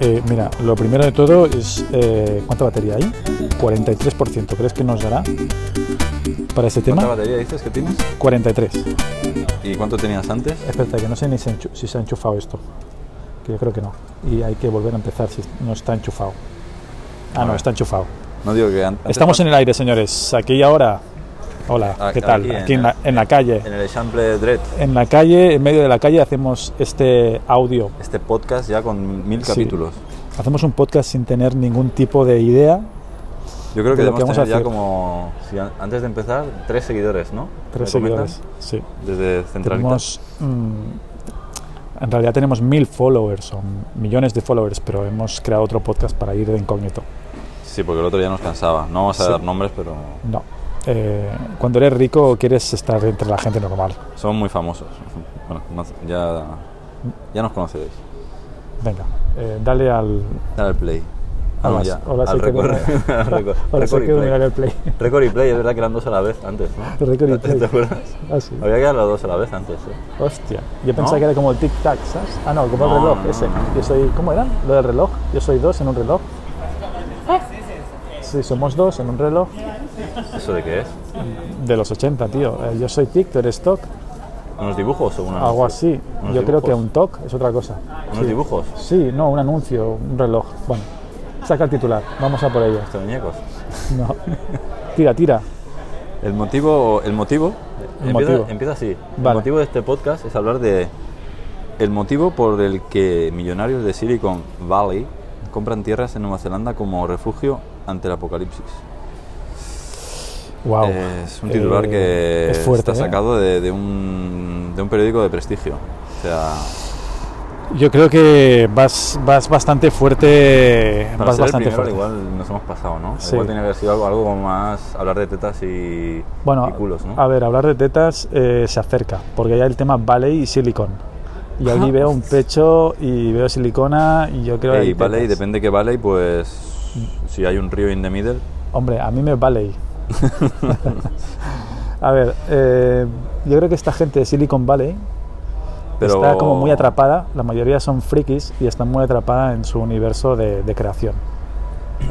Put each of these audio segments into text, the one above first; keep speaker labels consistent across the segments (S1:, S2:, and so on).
S1: Eh, mira, lo primero de todo es eh, cuánta batería hay. 43%, ¿crees que nos dará para ese
S2: ¿Cuánta
S1: tema?
S2: batería dices que tienes?
S1: 43.
S2: ¿Y cuánto tenías antes?
S1: Espera, que no sé ni si, enchu- si se ha enchufado esto. Que yo creo que no. Y hay que volver a empezar si no está enchufado. Ah,
S2: A
S1: no,
S2: ver.
S1: está enchufado.
S2: No digo que an- antes.
S1: Estamos en el aire, señores. Aquí y ahora. Hola,
S2: A-
S1: ¿qué tal?
S2: aquí
S1: Aquí,
S2: en
S1: en, la, en la calle.
S2: En el Eixample de Dread,
S1: En la calle, en medio de la calle, hacemos este audio.
S2: este podcast ya con mil
S1: Sí.
S2: capítulos.
S1: Hacemos un podcast sin tener ningún tipo de idea.
S2: Yo creo que
S1: De lo que
S2: debemos
S1: vamos a
S2: tener ya
S1: hacer.
S2: como, si an- antes de empezar, tres seguidores, ¿no?
S1: Tres
S2: ¿Me comentan?
S1: seguidores. Sí.
S2: Desde Centralita.
S1: Tenemos. mm, en realidad tenemos mil followers, son millones de followers, pero hemos creado otro podcast para ir de incógnito.
S2: Sí, porque el otro ya nos cansaba. No vamos a
S1: Sí.
S2: dar nombres, pero
S1: No. Eh, cuando eres rico quieres estar entre la gente normal.
S2: son muy famosos. Bueno, no- ya, ya nos conoceréis.
S1: Venga, eh, dale al.
S2: Dale al play. Ah,
S1: al
S2: no,
S1: más.
S2: ya.
S1: Ahora sí
S2: al
S1: que
S2: record.
S1: tengo-
S2: Al record.
S1: Ahora sí
S2: Record y
S1: que
S2: play.
S1: mirar el play.
S2: Record y play, es verdad que eran dos a la vez antes, ¿no?
S1: Record y
S2: ¿Te-
S1: play.
S2: ¿Te acuerdas?
S1: Ah, sí.
S2: Había que dar las dos a la vez antes, ¿eh?
S1: Hostia. Yo pensaba que era como el tic-tac, ¿sabes? Ah, no, como
S2: No,
S1: el reloj
S2: no, no,
S1: ese.
S2: no.
S1: Yo soy. ¿Cómo eran? Lo del reloj. Yo soy dos en un reloj. Sí, somos dos en un reloj.
S2: ¿Eso de qué es?
S1: De los 80, tío. Eh, yo soy tic, tú eres toc.
S2: ¿Unos dibujos o una
S1: Algo así.
S2: Unos
S1: Yo creo que
S2: dibujos.
S1: un toc es otra cosa.
S2: ¿Unos dibujos?
S1: Sí, no, un anuncio, un reloj. Bueno, saca el titular. Vamos a por ello.
S2: Estos muñecos.
S1: No. Tira, tira.
S2: El motivo, el motivo,
S1: El
S2: empieza,
S1: motivo.
S2: empieza así. El
S1: Vale.
S2: motivo de este podcast es hablar de el motivo por el que millonarios de Silicon Valley compran tierras en Nueva Zelanda como refugio ante el apocalipsis.
S1: Wow.
S2: es un titular que
S1: Eh, es fuerte,
S2: está
S1: ¿eh?
S2: sacado de, de un, de un periódico de prestigio. O sea,
S1: Yo creo que vas, vas bastante fuerte.
S2: para
S1: vas
S2: ser el
S1: bastante
S2: primero
S1: fuerte.
S2: igual nos hemos pasado, ¿no?
S1: Sí.
S2: Igual tenía que haber sido algo, algo como más hablar de tetas y,
S1: Bueno,
S2: y culos, ¿no?
S1: a ver, hablar de tetas eh, se acerca, porque ya el tema Valley y silicon. Y aquí veo un pecho y veo silicona y yo creo que.
S2: Ey,
S1: hay tetas.
S2: Valley, depende que Valley, pues
S1: Mm.
S2: si hay un río in the middle,
S1: Hombre, a mí me Valley. a ver, eh, yo creo que esta gente de Silicon Valley
S2: pero
S1: está como muy atrapada, la mayoría son frikis y están muy atrapada en su universo de, de creación.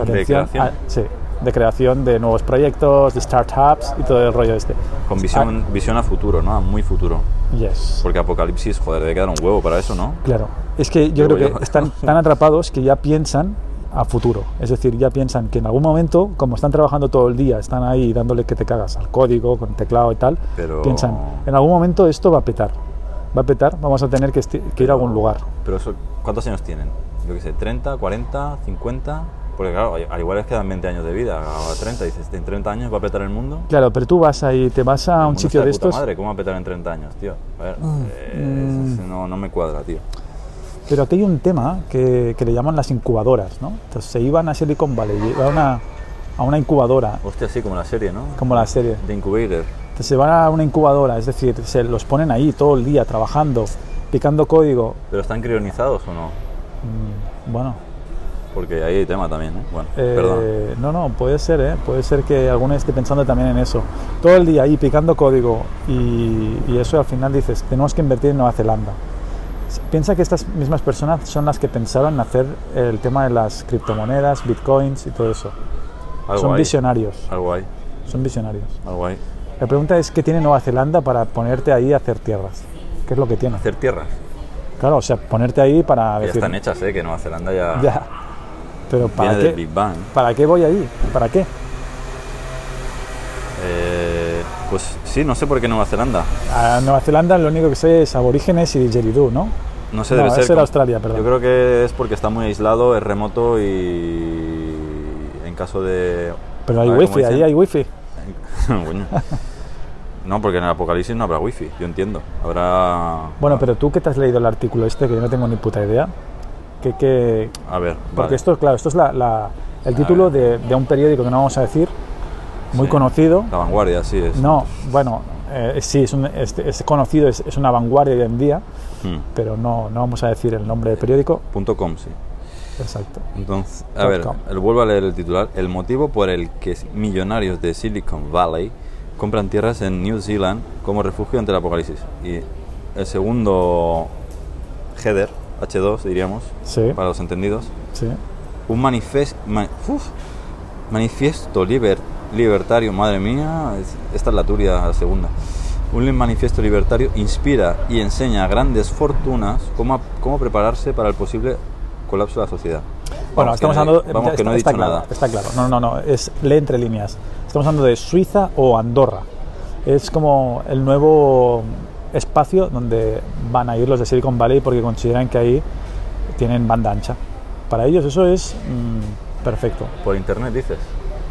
S2: creación?
S1: ah, sí, de creación de nuevos proyectos, de startups y todo el rollo este.
S2: Con visión, visión a futuro, ¿no? A muy futuro.
S1: Ah, yes.
S2: Porque Apocalipsis, joder, debe quedar un huevo para eso, ¿no?
S1: Claro, es que yo
S2: Digo
S1: creo que
S2: yo.
S1: están tan atrapados que ya piensan a futuro. Es decir, ya piensan que en algún momento, como están trabajando todo el día, están ahí dándole que te cagas al código, con teclado y tal,
S2: Pero-
S1: piensan, en algún momento esto va a petar. Va a petar, vamos a tener que, esti- que ir a algún lugar.
S2: Pero eso, ¿cuántos años tienen? Yo qué sé, ¿30, 40, 50? Porque claro, al igual les quedan 20 años de vida, o 30, dices, en 30 años va a petar el mundo.
S1: Claro, pero tú vas ahí, te vas a
S2: El
S1: un
S2: mundo
S1: sitio
S2: está
S1: de
S2: puta
S1: estos, Mm.
S2: Madre, ¿cómo va a petar en 30 años, tío? A ver, eh, es- es- no, no me cuadra, tío.
S1: pero aquí hay un tema que, que le llaman las incubadoras, ¿no? Entonces se iban a Silicon Valley, iban a una, a una incubadora,
S2: Hostia, sí, como la serie, ¿no?
S1: como la serie.
S2: The Incubator.
S1: Entonces, se van a una incubadora, es decir, se los ponen ahí todo el día trabajando, picando código. Mm,
S2: ¿Pero están crionizados o no?
S1: Bueno,
S2: Porque ahí hay tema también, ¿eh? Bueno,
S1: eh,
S2: perdón.
S1: no, no, puede ser, ¿eh? puede ser que alguno esté pensando también en eso. Todo el día ahí picando código y, y eso al final dices, tenemos que invertir en Nueva Zelanda. S- Piensa que estas mismas personas son las que pensaron hacer el tema de las criptomonedas, bitcoins y todo eso.
S2: Algo
S1: son
S2: hay,
S1: visionarios,
S2: Algo hay,
S1: son visionarios.
S2: algo hay.
S1: La pregunta es, ¿qué tiene Nueva Zelanda para ponerte ahí a hacer tierras? ¿Qué es lo que tiene?
S2: Hacer tierras.
S1: Claro, o sea, ponerte ahí para
S2: que Ya
S1: decir...
S2: están hechas, ¿eh? Que Nueva Zelanda ya...
S1: Ya. Pero ¿para
S2: Viene del
S1: qué,
S2: Big Bang.
S1: ¿para qué voy ahí? ¿Para qué?
S2: Eh, pues sí, no sé por qué Nueva Zelanda.
S1: A Nueva Zelanda lo único que sé es aborígenes y didgeridoo, ¿no?
S2: No sé,
S1: No,
S2: debe ser.
S1: ese era
S2: como-
S1: Australia, perdón.
S2: Yo creo que es porque está muy aislado, es remoto y. En caso de.
S1: Pero hay
S2: a ver, ¿cómo
S1: wifi, ahí
S2: dicen?
S1: hay wifi.
S2: Coño. No, porque en el apocalipsis no habrá wifi, yo entiendo. Habrá.
S1: Bueno, pero tú que te has leído el artículo este, que yo no tengo ni puta idea, que, que-
S2: A ver,
S1: porque
S2: vale.
S1: esto, claro, esto es la, la- el título de, de un periódico que no vamos a decir, muy
S2: Sí.
S1: conocido.
S2: La vanguardia, sí es.
S1: No, bueno, eh, sí, es, un- es- es conocido, es, es una vanguardia hoy en día,
S2: Hmm.
S1: pero no, no vamos a decir el nombre del periódico.
S2: Punto com, sí.
S1: Exacto.
S2: Entonces, a
S1: Dot
S2: ver,
S1: com.
S2: el- vuelvo a leer el titular. El motivo por el que millonarios de Silicon Valley compran tierras en New Zealand como refugio ante el apocalipsis. Y el segundo header, H2 diríamos,
S1: Sí,
S2: para los entendidos,
S1: sí.
S2: un manifes- ma- uf, manifiesto liber- libertario, madre mía, es- esta es la turia la segunda. Un manifiesto libertario inspira y enseña a grandes fortunas cómo, a- cómo prepararse para el posible colapso de la sociedad.
S1: Bueno,
S2: Vamos,
S1: estamos
S2: que no-
S1: hablando.
S2: Vamos, que no he dicho
S1: está claro,
S2: nada.
S1: Está claro. No, no, no. Es lee entre líneas. Estamos hablando de Suiza o Andorra. Es como el nuevo espacio donde van a ir los de Silicon Valley porque consideran que ahí tienen banda ancha. Para ellos eso es mm, perfecto.
S2: Por internet dices.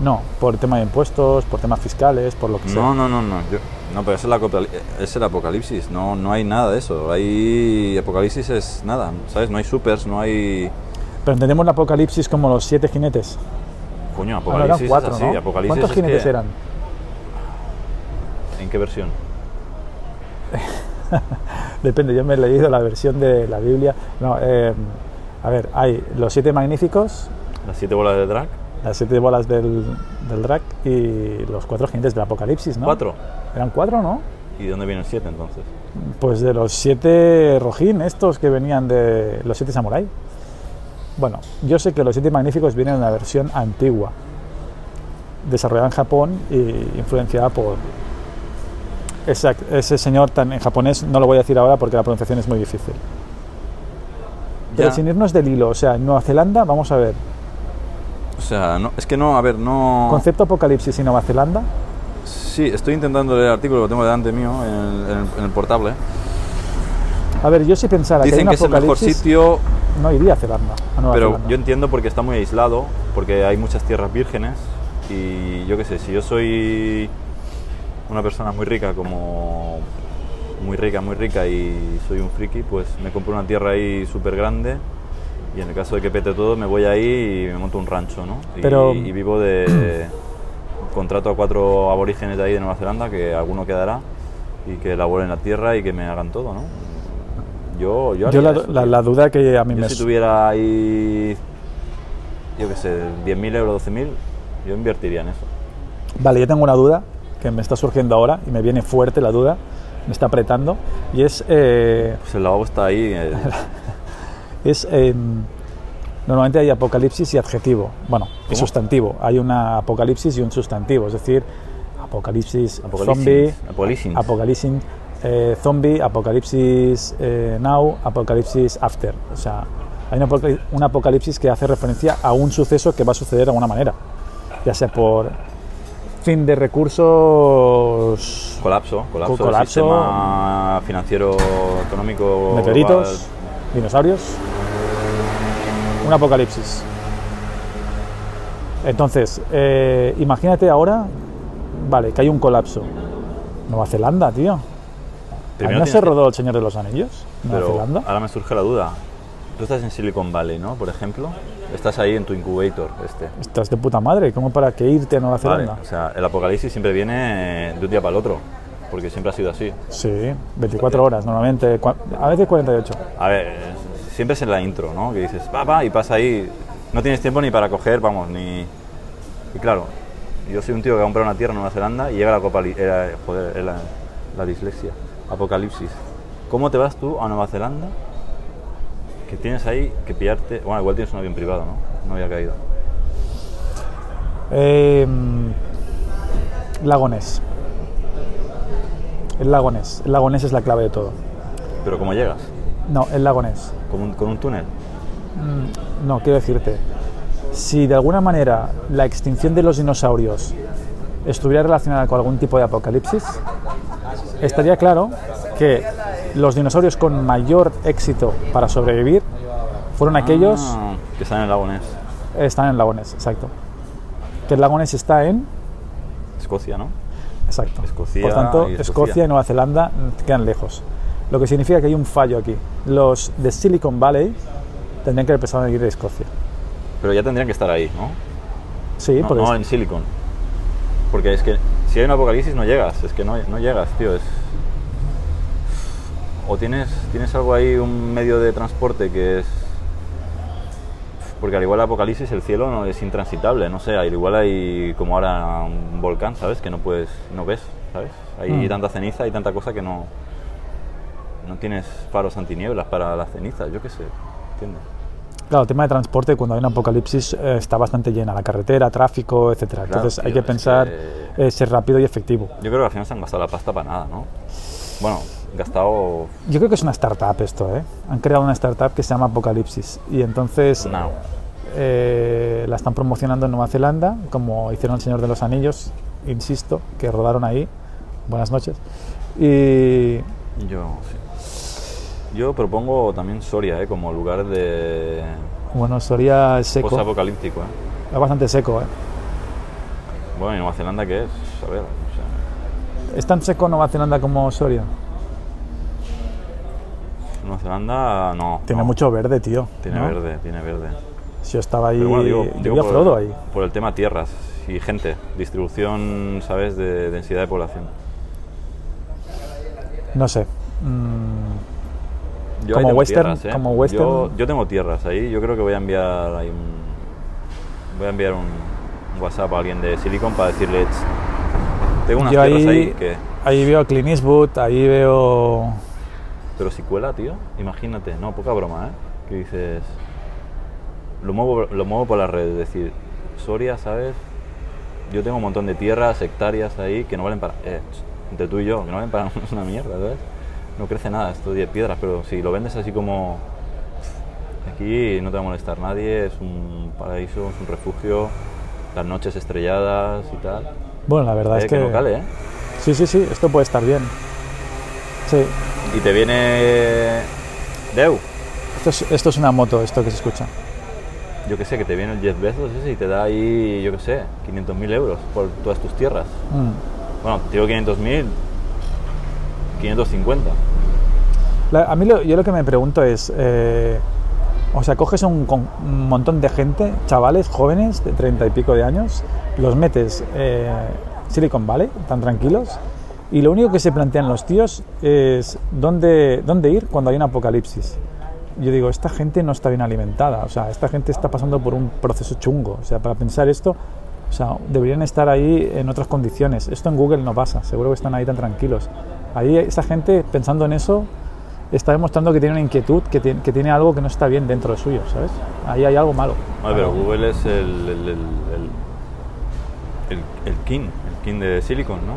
S1: No, por tema de impuestos, por temas fiscales, por lo que sea.
S2: No, no, no, no. yo- no, pero es el, acopali- es el apocalipsis. No, no hay nada de eso. Hay apocalipsis es nada, ¿sabes? No hay supers, no hay.
S1: Pero entendemos el apocalipsis como los siete jinetes.
S2: Coño,
S1: Bueno, eran
S2: apocalipsis es
S1: cuatro,
S2: así,
S1: Ah, ¿no?
S2: apocalipsis
S1: ¿Cuántos
S2: es
S1: jinetes
S2: que-
S1: eran?
S2: ¿En qué versión?
S1: Depende, yo me he leído la versión de la Biblia. No, eh, a ver, hay los siete magníficos,
S2: Las siete bolas de drag.
S1: las siete bolas del, del drag y los cuatro jinetes del apocalipsis, ¿no?
S2: Cuatro.
S1: Eran cuatro, ¿no?
S2: ¿Y de dónde viene el siete entonces?
S1: Pues de los siete rojín, estos que venían de los siete samurái. Bueno, yo sé que los siete magníficos vienen de una versión antigua, desarrollada en Japón e influenciada por esa- ese señor tan en japonés. No lo voy a decir ahora porque la pronunciación es muy difícil. Pero
S2: Ya,
S1: sin irnos del hilo, o sea, en Nueva Zelanda, vamos a ver,
S2: O sea, no, es que no, a ver, no.
S1: concepto apocalipsis y Nueva Zelanda,
S2: Sí, estoy intentando leer el artículo, lo tengo delante mío en el, en el- en el portable.
S1: A ver, yo si pensara que hay
S2: Dicen
S1: un
S2: que es el mejor
S1: apocalipsis,
S2: sitio,
S1: no iría a Zelanda, a Nueva
S2: pero
S1: Zelanda.
S2: yo entiendo porque está muy aislado, porque hay muchas tierras vírgenes. Y yo qué sé, si yo soy una persona muy rica, como. Muy rica, muy rica y soy un friki, pues me compro una tierra ahí súper grande. Y en el caso de que pete todo, me voy ahí y me monto un rancho, ¿no? Y-
S1: Pero-
S2: y vivo de. contrato a cuatro aborígenes de ahí de Nueva Zelanda, que alguno quedará, y que laboren la tierra y que me hagan todo, ¿no? Yo, yo,
S1: Yo la,
S2: haría eso,
S1: la-
S2: tío.
S1: la duda que a mí
S2: Yo
S1: me...
S2: si tuviera ahí, yo qué sé, 10.000 euros, 12.000, yo invertiría en eso.
S1: Vale, yo tengo una duda que me está surgiendo ahora y me viene fuerte la duda, me está apretando, y es, eh,
S2: Pues el lavabo está ahí, eh,
S1: es eh, normalmente hay apocalipsis y adjetivo, bueno, y
S2: ¿Cómo?
S1: sustantivo, hay una apocalipsis y un sustantivo, es decir, apocalipsis, zombie,
S2: apocalipsis, apocalipsis.
S1: apocalipsis eh, zombie, apocalipsis eh, now, apocalipsis after. O sea, hay un, apocal- un apocalipsis que hace referencia a un suceso que va a suceder de alguna manera, ya sea por fin de recursos,
S2: colapso, colapso, del
S1: Colapso.
S2: sistema financiero, económico,
S1: meteoritos,
S2: global.
S1: dinosaurios, un apocalipsis. Entonces, eh, imagínate ahora, vale, que hay un colapso. Nueva Zelanda, tío. ¿Ahí
S2: Primero
S1: ¿No
S2: tienes
S1: se
S2: que-
S1: rodó El Señor de los Anillos? ¿Nueva
S2: Pero
S1: Zelanda?
S2: ahora me surge la duda. Tú estás en Silicon Valley, ¿no? Por ejemplo, estás ahí en tu incubator este.
S1: Estás de puta madre, ¿cómo para que irte a Nueva
S2: Vale,
S1: Zelanda?
S2: o sea, el apocalipsis siempre viene de un día para el otro, porque siempre ha sido así.
S1: Sí, 24 horas normalmente, cua- a veces 48.
S2: A ver, es- siempre es en la intro, ¿no? Que dices, va, va, y pasa ahí. No tienes tiempo ni para coger, vamos, ni... Y claro, yo soy un tío que ha comprado una tierra en Nueva Zelanda y llega la, copali- eh, joder, eh, la, la dislexia, apocalipsis. ¿Cómo te vas tú a Nueva Zelanda? Que tienes ahí que pillarte... Bueno, igual tienes un avión privado, ¿no? No había caído.
S1: Eh, lagones. El lagones. El lagones es la clave de todo.
S2: Pero ¿cómo llegas?
S1: No, el lagones.
S2: ¿Con un, con un túnel?
S1: No, quiero decirte, si de alguna manera la extinción de los dinosaurios estuviera relacionada con algún tipo de apocalipsis, estaría claro que los dinosaurios con mayor éxito para sobrevivir fueron aquellos
S2: Ah, que están en el lago Ness.
S1: Están en Lagones, exacto. Que el Lagones está en.
S2: Escocia, ¿no?
S1: Exacto.
S2: Escocia
S1: Por tanto,
S2: y Escocia.
S1: Escocia y Nueva Zelanda mm, quedan lejos. Lo que significa que hay un fallo aquí. Los de Silicon Valley tendrían que empezar a ir de Escocia.
S2: Pero ya tendrían que estar ahí, ¿no?
S1: Sí,
S2: no,
S1: porque
S2: no
S1: es-
S2: en Silicon. Porque es que si hay un apocalipsis no llegas, es que no, no llegas, tío. Es... O tienes, tienes algo ahí, un medio de transporte que es... Porque al igual el apocalipsis el cielo no es intransitable, no sé, al igual hay como ahora un volcán, ¿sabes? Que no puedes, no ves, ¿sabes? Hay
S1: Mm.
S2: tanta ceniza y tanta cosa que no... no tienes faros antinieblas para las cenizas, yo qué sé, ¿entiendes?
S1: Claro, el tema de transporte, cuando hay un apocalipsis, eh, está bastante llena la carretera, tráfico, etcétera.
S2: Claro,
S1: Entonces hay
S2: tío,
S1: que
S2: es
S1: pensar,
S2: que-
S1: eh, ser rápido y efectivo.
S2: Yo creo que al final se han gastado la pasta para nada, ¿no? Bueno, gastado
S1: Yo creo que es una startup esto, ¿eh? Han creado una startup que se llama Apocalipsis y entonces
S2: Now.
S1: eh, la están promocionando en Nueva Zelanda, como hicieron El Señor de los Anillos, insisto, que rodaron ahí. Buenas noches. Y
S2: Yo sí. Yo propongo también Soria, ¿eh? Como lugar de
S1: bueno, Soria
S2: Pues
S1: es seco,
S2: posapocalíptico, ¿eh?
S1: es bastante seco, ¿eh?
S2: Bueno, ¿y Nueva Zelanda qué es? A ver, o sea,
S1: ¿Es tan seco Nueva Zelanda como Soria?
S2: Nueva Zelanda no.
S1: Tiene
S2: no.
S1: mucho verde, tío.
S2: Tiene
S1: ¿no?
S2: verde, tiene verde.
S1: Si yo estaba ahí,
S2: Pero bueno, digo,
S1: yo
S2: digo
S1: vi a
S2: por,
S1: Frodo ahí.
S2: por el tema tierras y gente, distribución, ¿sabes?, de densidad de población.
S1: No sé. Mm,
S2: Yo ahí
S1: Como
S2: tengo
S1: western-
S2: tierras, ¿eh?
S1: como western-
S2: Yo, yo tengo tierras ahí, yo creo que voy a enviar ahí un, voy a enviar un WhatsApp a alguien de Silicon para decirle, "Ch, tengo unas
S1: yo
S2: tierras
S1: ahí,
S2: ahí, que
S1: ahí veo a Clint Eastwood, ahí veo.
S2: pero si cuela, tío, imagínate, no, poca broma, ¿eh? Que dices lo muevo lo muevo por las redes, es decir, Soria, ¿sabes? Yo tengo un montón de tierras, hectáreas ahí que no valen para eh, ch, entre tú y yo, que no valen para una mierda, ¿sabes? No crece nada, esto de piedras, pero si lo vendes así como Aquí no te va a molestar nadie, es un paraíso, es un refugio, las noches estrelladas y tal.
S1: Bueno, la verdad
S2: Eh,
S1: es
S2: que no cale, ¿eh?
S1: Sí, sí, sí, esto puede estar bien. Sí,
S2: Y te viene. Deu,
S1: esto es, esto es una moto, esto que se escucha.
S2: yo que sé, que te viene el Jeff Bezos ese y te da ahí, yo que sé, 500.000 euros por todas tus tierras.
S1: Mm.
S2: Bueno, te digo 500.000, 550.
S1: La- a mí lo- yo lo que me pregunto es, eh, o sea, coges un, con- un montón de gente, chavales jóvenes de treinta y pico de años, los metes eh, Silicon Valley, tan tranquilos, y lo único que se plantean los tíos es dónde, dónde ir cuando hay un apocalipsis. Yo digo, esta gente no está bien alimentada, o sea, esta gente está pasando por un proceso chungo, o sea, para pensar esto, o sea, deberían estar ahí en otras condiciones. Esto en Google no pasa, seguro que están ahí tan tranquilos. Ahí esa gente pensando en eso está demostrando que tiene una inquietud, que, tiene- que tiene algo que no está bien dentro de suyo, ¿sabes? Ahí hay algo malo.
S2: Vale, pero
S1: Algo-
S2: Google es el, el, el, el, el, el king, el king de Silicon, ¿no?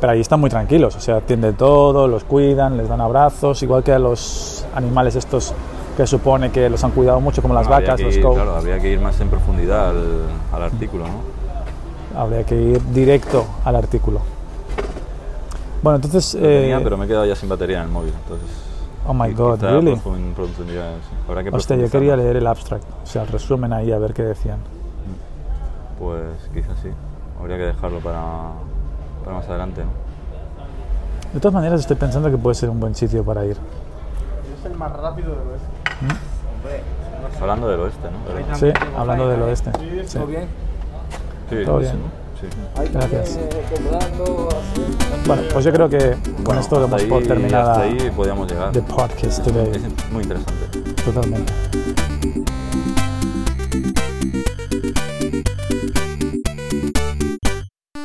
S1: Pero ahí están muy tranquilos, o sea, atienden todo, los cuidan, les dan abrazos, igual que a los animales estos que supone que los han cuidado mucho, como las
S2: Habría
S1: vacas,
S2: que
S1: los
S2: ir,
S1: cows.
S2: Claro, habría que ir más en profundidad al, al artículo, ¿no?
S1: Habría que ir directo al artículo. Bueno, entonces...
S2: Lo tenía,
S1: eh,
S2: pero me he quedado ya sin batería en el móvil, entonces...
S1: Oh my
S2: qui-
S1: God,
S2: quizá
S1: really?
S2: profund- profundidad, sí. Habrá que
S1: Hostia, yo
S2: profundizar
S1: quería
S2: más.
S1: leer el abstract, o sea, el resumen ahí a ver qué decían.
S2: Pues quizás sí. Habría que dejarlo para, para más adelante, ¿no?
S1: De todas maneras, estoy pensando que puede ser un buen sitio para ir.
S3: Es el más rápido del oeste. Hombre, no sé.
S2: Hablando del oeste, ¿no? Pero-
S1: Sí, hablando del oeste. Sí.
S3: ¿Todo bien?
S2: sí,
S1: todo
S2: sí,
S1: bien.
S2: sí.
S1: Gracias.
S3: eh,
S1: Bueno, pues yo creo que con
S2: Bueno,
S1: esto damos
S2: hasta
S1: por
S2: ahí-
S1: terminada
S2: Hasta ahí podíamos llegar.
S1: the podcast today.
S2: Es muy interesante.
S1: Totalmente.